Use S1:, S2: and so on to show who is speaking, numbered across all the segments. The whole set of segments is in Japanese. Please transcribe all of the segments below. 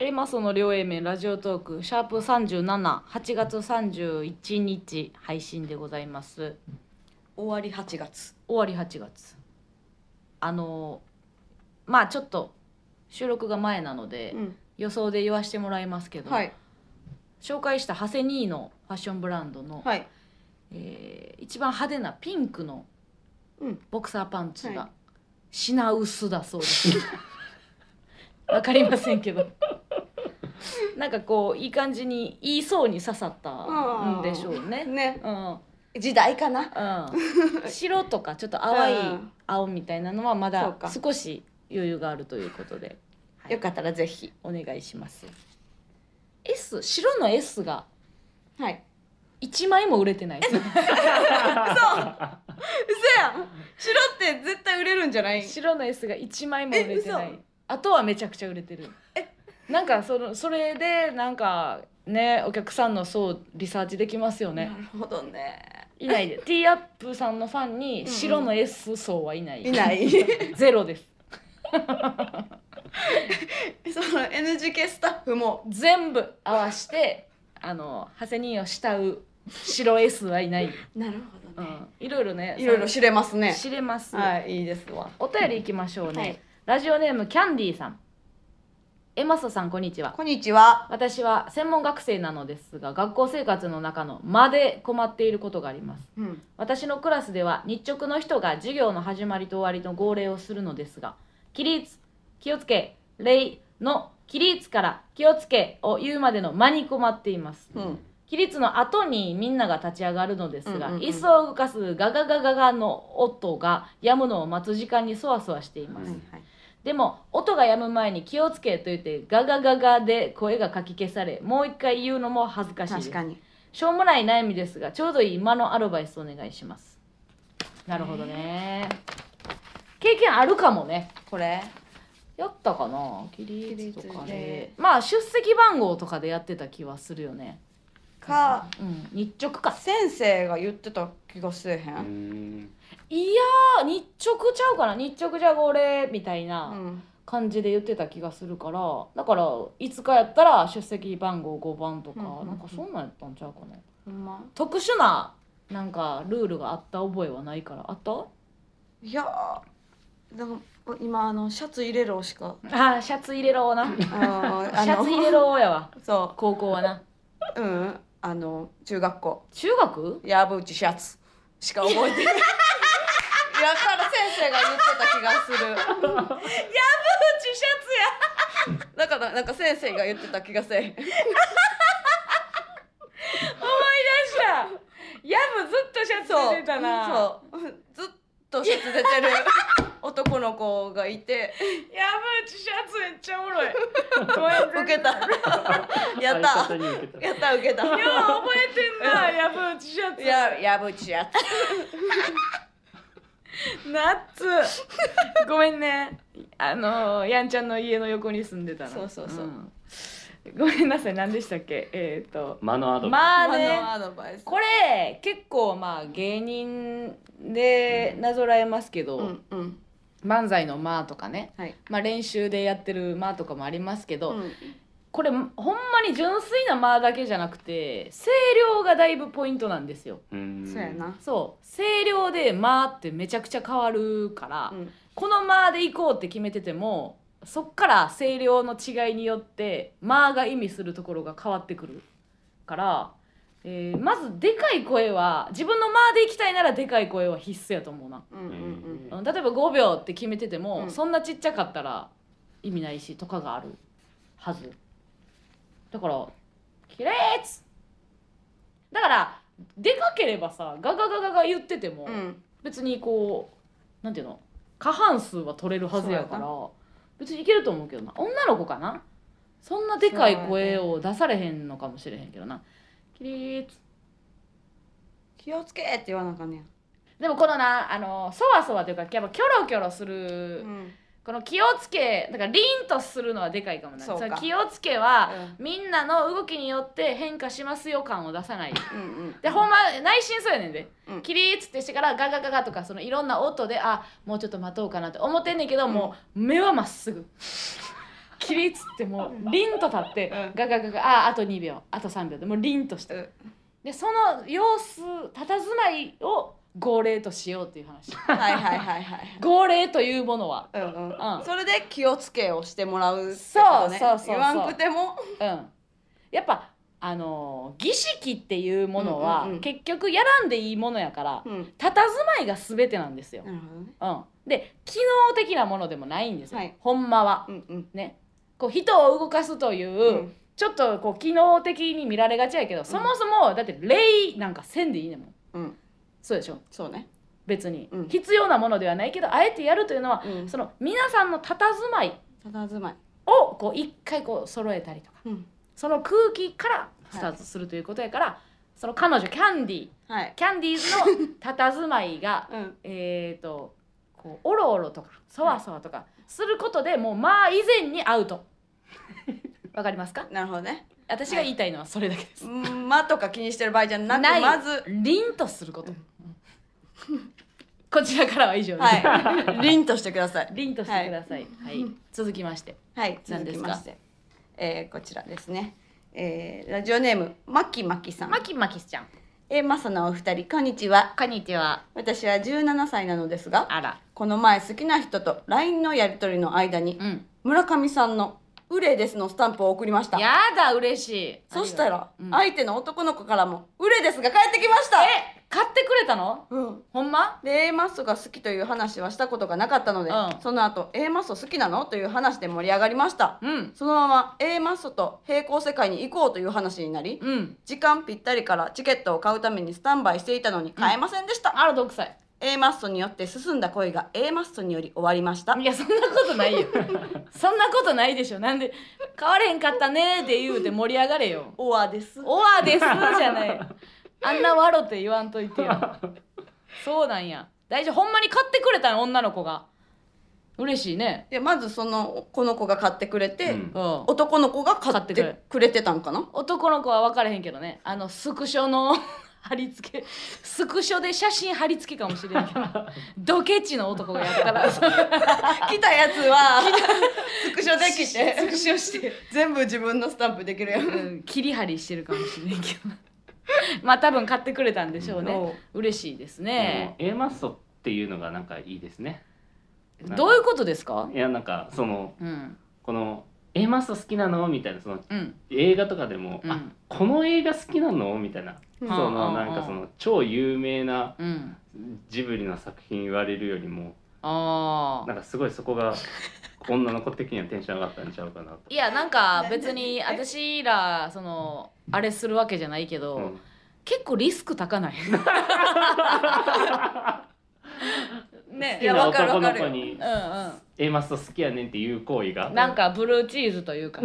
S1: レマソの両 A 面ラジオトークシャープ378月31日配信でございます
S2: 終わり8月
S1: 終わり8月あのーまあちょっと収録が前なので、
S2: ん
S1: 予想で言わしてもらいますけど、
S2: はい
S1: 紹介した長谷兄のファッションブランドの、
S2: はい
S1: えー一番派手なピンクの
S2: うん
S1: ボクサーパンツ
S2: は
S1: が
S2: い
S1: 品薄だそうです。 わかりませんけ ど。なんかこういい感じに言いそうに刺さったんでしょうね。
S2: ね
S1: うん、うん、
S2: 時代かな
S1: 白とかちょっと淡い
S2: うん
S1: 青みたいなのはま
S2: そう
S1: だ
S2: か
S1: 少し余裕があるということではい
S2: よかったらぜひ
S1: お願いします。S 白の S が
S2: はい
S1: 一枚も売れてない です。
S2: 嘘やん白って絶対売れるんじゃない
S1: 白の S が1枚も売れてない
S2: え嘘
S1: あとはめちゃくちゃ売れてるなんかそのそれでなんかねお客さんの層リサーチできますよね
S2: なるほどね
S1: いないで t アップさんのファンに
S2: うん
S1: 白の S 層はいない、
S2: いない
S1: ゼロです
S2: その NGK スタッフも
S1: 全部合わしてあの長谷人を慕う白 S はいない、
S2: なる
S1: う
S2: ほどね
S1: ん、いろいろね
S2: いろいろ知れますね
S1: 知れます、
S2: はいいいですわ
S1: お便りいきましょうね、
S2: はい
S1: ラジオネームキャンディーさんエマサさんこんにちは
S2: こんにちは
S1: 私は専門学生なのですが学校生活の中の間で困っていることがあります
S2: うん
S1: 私のクラスでは日直の人が授業の始まりと終わりの号令をするのですが「起立気をつけ礼」の「起立から気をつけ」を言うまでの間に困っています
S2: うん
S1: 起立の後にみんなが立ち上がるのですが、
S2: うんうんうん
S1: 椅子を動かすガガガガガの音が止むのを待つ時間にそわそわしています、でも音が止む前に気をつけと言ってガガガガで声がかき消されもう一回言うのも恥ずかしいです
S2: 確かに
S1: しょうもない悩みですがちょうどいい間のアドバイスお願いしますなるほどね経験あるかもね
S2: これ
S1: やったかな起立と
S2: 起
S1: か
S2: 立
S1: で
S2: で
S1: まあ出席番号とかでやってた気はするよね
S2: か
S1: うん日直か
S2: 先生が言ってた気がせえへ
S3: うんん
S1: いやー日直ちゃうかな日直じゃ号令みたいな、
S2: うん
S1: 感じで言ってた気がするからだからいつかやったら出席番号5番とか、
S2: うんうんうん
S1: なんかそんなんやったんちゃうかな
S2: ほんま
S1: 特殊ななんかルールがあった覚えはないからあった
S2: いやーでも今あのシャツ入れろしか
S1: あーシャツ入れろな シ
S2: あー あ
S1: ャ
S2: の
S1: ツ入れろやわ
S2: そ
S1: 高校はな
S2: ううんあの中学校
S1: 中学
S2: やぶうちシャツしか覚えてない だから先生が言ってた気がする
S1: シ
S2: だからなんか先生が言ってた気がせえへん
S1: ャツや思い出した やぶずっとシャ
S2: そう
S1: ツ出てたな
S2: そうずっとシャツ出て る男の子がいて
S1: やぶうちシャツめっちゃおもろいご めん全然
S2: 受けたやった
S3: 相方に受けた
S2: やった受けた
S1: よう覚えてんなやぶうちシャツ
S2: ややぶうちシャツ
S1: ナッツ ごめんねあのやんちゃんの家の横に住んでたの
S2: そうそうそうん
S1: ごめんなさい何でしたっけえっ、と
S3: 間のアドバイ
S1: ま
S2: あ
S1: あ
S2: の
S1: ね
S2: アドバイス
S1: これ結構まあ芸人でなぞらえますけど、
S2: うんうん
S1: 漫才の「まあ」とかね、
S2: はい
S1: まあ、練習でやってる「まあ」とかもありますけど、
S2: うん
S1: これほんまに純粋な「まあ」だけじゃなくて声量がだいぶポイントなんですよ。
S3: スうん
S2: そうやな
S1: そう声量で「まあ」ってめちゃくちゃ変わるから、
S2: うん
S1: この間で行こうって決めててもそっから声量の違いによって間が意味するところが変わってくるから、えーまずでかい声は自分の間で行きたいならでかい声は必須やと思うな、
S2: うんうん
S1: うん例えば5秒って決めてても、
S2: うん
S1: そんなちっちゃかったら意味ないしとかがあるはずだから「キレイツ!」だからでかければさガガガガガ言ってても、
S2: うんうん
S1: 別にこうなんていうの過半数は取れるはずやから
S2: そう
S1: 別にいけると思うけどな女の子かなそんなでかい声を出されへんのかもしれへんけどなキリーッ
S2: 気をつけって言わなあかんね
S1: でもこのなあのそわそわというかやっぱキョロキョロす
S2: や
S1: る、
S2: ん
S1: この気をつけだから凛とするのはでかいかもな
S2: そうか
S1: の気をつけは、
S2: う
S1: みんなの動きによって変化しますよ感を出さない
S2: うんうん
S1: でほんま内心そうやねんで、
S2: うん
S1: キリッつってしてからガガガガとかそのいろんな音であもうちょっと待とうかなって思ってんねんけど、もう目はまっすぐキキリッつってもう凛と立って
S2: うん
S1: ガガガガああと2秒あと3秒でもう凛として、
S2: うん
S1: でその様子佇まいを号令としようっていう話
S2: はいはいはいはい
S1: 号令というものは
S2: うんうん、
S1: うん
S2: それで気をつけをしてもらうってこと、ね、
S1: そうそうそうそう
S2: 言わんくても
S1: うんやっぱあのー儀式っていうものは、
S2: うんうんうん
S1: 結局やらんでいいものやから、
S2: うん
S1: 佇まいが全てなんですよ、
S2: なるほどね
S1: うん、で機能的なものでもないんですよ、
S2: はい
S1: ほんまは
S2: う、んうん
S1: ねこう人を動かすというう、ちょっとこう機能的に見られがちやけどそもそもだって礼なんかせんでいいねんもん
S2: うん
S1: そうでしょ
S2: そうね
S1: 別に、
S2: うん
S1: 必要なものではないけどあえてやるというのは、
S2: うん
S1: その皆さんの佇まい
S2: たたずまい
S1: をこう一回こう揃えたりとか
S2: うん
S1: その空気からスタートするということやから、その彼女キャンディー
S2: はい
S1: キャンディーズの 佇まいが
S2: うん
S1: えーとこうおろおろとかそわそわとかすることでもうまあ以前にアウト わかりますか
S2: なるほどね
S1: 私が言いたいのはそれだけです、
S2: うん間とか気にしてる場合じゃなく
S1: ない
S2: まず
S1: 凛とすること、こちらからは以上です、
S2: はい凛としてください
S1: 凛としてください、はい続きまして
S2: はい
S1: 何
S2: 続
S1: です
S2: き
S1: か
S2: まして、えー、こちらですねえー、ラジオネームまきまきさん
S1: マキマキスちゃん
S2: えー、まさなお二人こんにちは
S1: こんにちは
S2: 私は17歳なのですが
S1: あら
S2: この前好きな人と LINE のやり取りの間に
S1: うん
S2: 村上さんの「うれです」のスタンプを送りました
S1: やだ嬉しい
S2: そしたら
S1: うん
S2: 相手の男の子からも「うれです」が返ってきました
S1: え買ってくれたの
S2: うん
S1: ほんま
S2: で A マッソが好きという話はしたことがなかったので、
S1: うん
S2: その後 A マッソ好きなのという話で盛り上がりました、
S1: うん
S2: そのまま A マッソと平行世界に行こうという話になり、
S1: うん
S2: 時間ぴったりからチケットを買うためにスタンバイしていたのに買えませんでした、
S1: あらどくさい
S2: A マッソによって進んだ恋が A マッソにより終わりました
S1: いやそんなことないよそんなことないでしょなんで買われへんかったねーって言うて盛り上がれよ
S2: オアです
S1: 「おわです」じゃないあんなわろて言わんといてよそうなんや大丈夫ほんまに買ってくれたん女の子が嬉しいね
S2: でまずそのこの子が買ってくれて、
S3: うん
S1: うん
S2: 男の子が買
S1: 買っ
S2: ってて
S1: くれ
S2: くれてたんかな
S1: 男の子は分からへんけどねあのスクショの 貼り付けスクショで写真貼り付けかもしれんけどドケチの男がやったらス
S2: 来たやつ はスクショできて
S1: クショして
S2: 全部自分のスタンプできるやん、
S1: うん切り張りしてるかもしれんけどまあ多分買ってくれたんでしょう
S2: おう
S1: ね嬉しいですね
S3: でも A マッソっていうのがなんかいいですねも
S1: どういうことですか
S3: いやなんかその
S1: うん
S3: この A マッソ好きなのみたいなその
S1: うん
S3: 映画とかでも、
S1: うん
S3: あこの映画好きなのみたいな、
S2: うん
S3: そ
S1: うん
S3: のなんかその超有名な
S1: うん
S3: ジブリの作品言われるよりも
S1: あ
S3: な
S1: あ
S3: んかすごいそこが女の子的にはテンション上がったんちゃうかなと。
S1: いやなんか別に私らそのあれするわけじゃないけど、
S3: うん
S1: 結構リスク高 ないね
S3: 好
S1: い
S3: き
S1: や
S3: な
S1: わか
S3: 男
S1: るわ
S3: の
S1: か
S3: 子
S1: る
S3: に
S1: うんうん
S3: A マッソ好きやねんっていう行為が
S1: なんかブルーチーズというか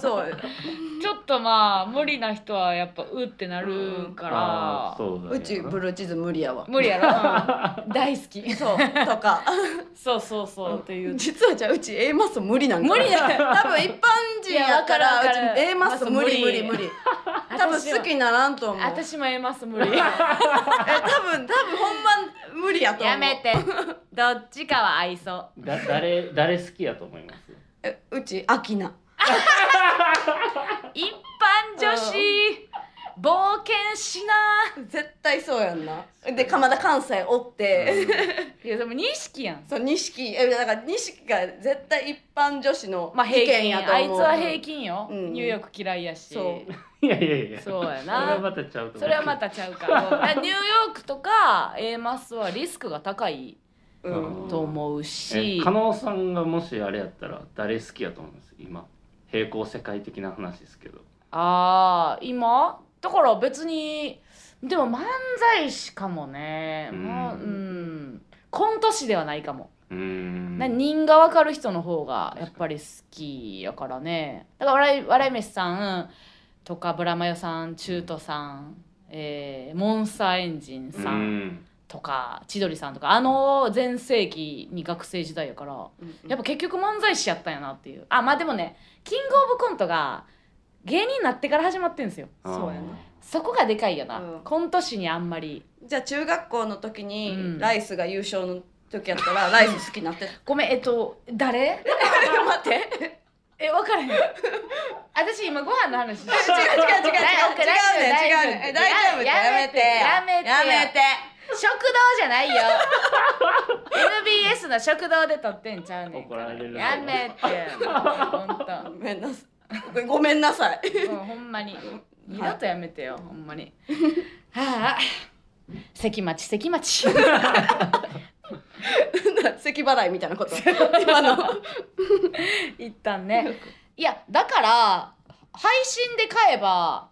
S2: そう
S1: ちょっとまあ無理な人はやっぱうってなるから、
S3: あーそうだね
S2: 宇宙ブルーチーズ無理やわ
S1: 無理やろ、 うん大好き
S2: そうとか
S1: そうそうそうっていう
S2: 実はじゃあうち A マッソ無理なんかな
S1: 無理だよ
S2: 多分一般人や
S1: い
S2: か
S1: やわ
S2: ら
S1: かるわか
S2: うち
S1: る
S2: A マッソ無理
S1: マ
S2: 無
S1: ッソ無理
S2: 理無理多分好きにならんと思うえ
S1: 私も A マス無理
S2: 多分多分ほんま無理やと思う
S1: やめてどっちかは愛想
S3: だ誰誰好きやと思います
S2: えうちアキナ
S1: 一般女子冒険しな
S2: 絶対そうやんなで鎌田関西おって、
S1: いやでも錦やん
S2: そう錦えだから錦が絶対一般女子の
S1: まあ
S2: 意
S1: 平
S2: 見
S1: 均
S2: やと
S1: あいつ
S2: 思う、
S1: は平均よ、
S2: うん
S1: ニューヨーク嫌いやし
S2: そ
S3: いやいやいや
S1: そうや
S3: それは
S1: な
S3: またちゃうと思う
S1: それはまたちゃう からだからニューヨークとか A マスはリスクが高い
S2: うん
S1: と思うし
S3: え加納さんがもしあれやったら誰好きやと思うんです今平行世界的な話ですけど
S1: ああ今だから別にでも漫才師かもね
S3: うん
S1: まあうんコント師ではないかも、
S3: うーん
S1: な人が分かる人の方がやっぱり好きやからねだから笑い笑い飯さんとかブラマヨさん中途さん、えーモンスターエンジンさ
S3: うんん
S1: とか千鳥さんとかあの全盛期に学生時代やからやっぱ結局漫才師やったんやなっていうあまあでもねキングオブコントが芸人になってから始まってんですよ
S3: あー
S2: そうやな
S1: そこがでかいよな、
S2: うん
S1: コント師にあんまり
S2: じゃあ中学校の時
S1: うん
S2: にライスが優勝の時やったらライス好きになってた
S1: ごめんえっと誰
S2: 待って
S1: え分からへん私今ご飯の 話し
S2: 違う違う違う違う違う違うねん違うねんえ大丈夫ってやめてやめてやめて
S1: てや
S2: や
S1: めて
S2: めて
S1: 食堂じゃ ないよ NBS の食堂で撮ってんちゃうねん
S3: 怒られるな
S1: やめてほ
S2: ごめんなさいごめんなさい
S1: んともうほんまに二度とやめてよほんまにはあ関町関町
S2: 咳払いみたいなこと今の
S1: 一旦ねいやだから配信で買えば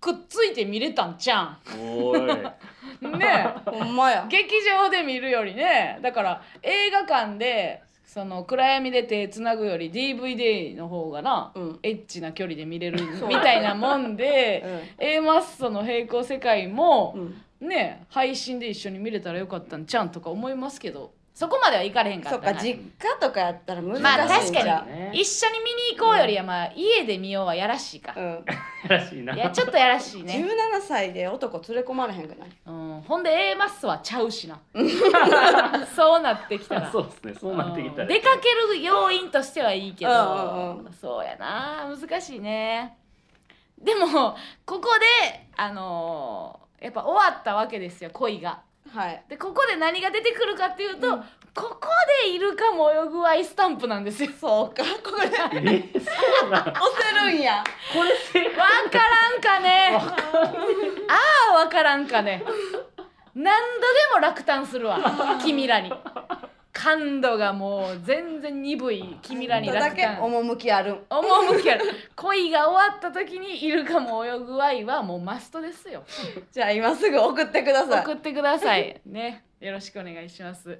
S1: くっついて見れたんじゃん
S3: おーい
S1: ねえ
S2: ほんまや
S1: 劇場で見るよりねだから映画館でその暗闇で手つなぐより DVD の方がな、
S2: うん
S1: エッチな距離で見れる
S2: そう
S1: みたいなもん
S2: う
S1: で、
S2: ん
S1: A マッソの平行世界
S2: う
S1: も、
S2: ん
S1: ね配信で一緒に見れたらよかったんちゃうんとか思いますけどそこまではいかれへんか
S2: そ
S1: っ
S2: ったか
S1: な
S2: 実家とかやったら難しいん
S1: まあ
S2: じ
S1: 確かに
S2: ゃ
S3: ね
S1: 一緒に見に行こうよりは、まあ、家で見ようはやらしいか
S2: う、ん
S3: やらしいない
S1: やちょっとやらしい
S2: 17
S1: ね、
S2: 歳で男連れ込まれへんくない
S1: うん、ほんで A マッソはちゃうしなそうなってきたら
S3: そうですねそうなってきた
S1: うん
S3: ら
S1: 出かける要因としてはいいけど、
S2: うんうんう
S1: そうやな難しいねでもここであのーやっぱ終わったわけですよ恋が
S2: はい
S1: でここで何が出てくるかっていうと、
S2: うん
S1: ここでイルカも泳ぐアイスタンプなんですよそうか
S2: これ押
S3: えそうなんこ
S2: せるんや
S3: れ正解
S1: わからんかねああわからんかね何度でも落胆するわ君らに感度がもう全然鈍い 君らに
S2: だ
S1: 落
S2: け
S1: 胆
S2: 趣ある
S1: 趣ある恋が終わった時にイルカも泳ぐ愛はもうマストですよ
S2: じゃあ今すぐ送ってください
S1: 送ってくださいねよろしくお願いします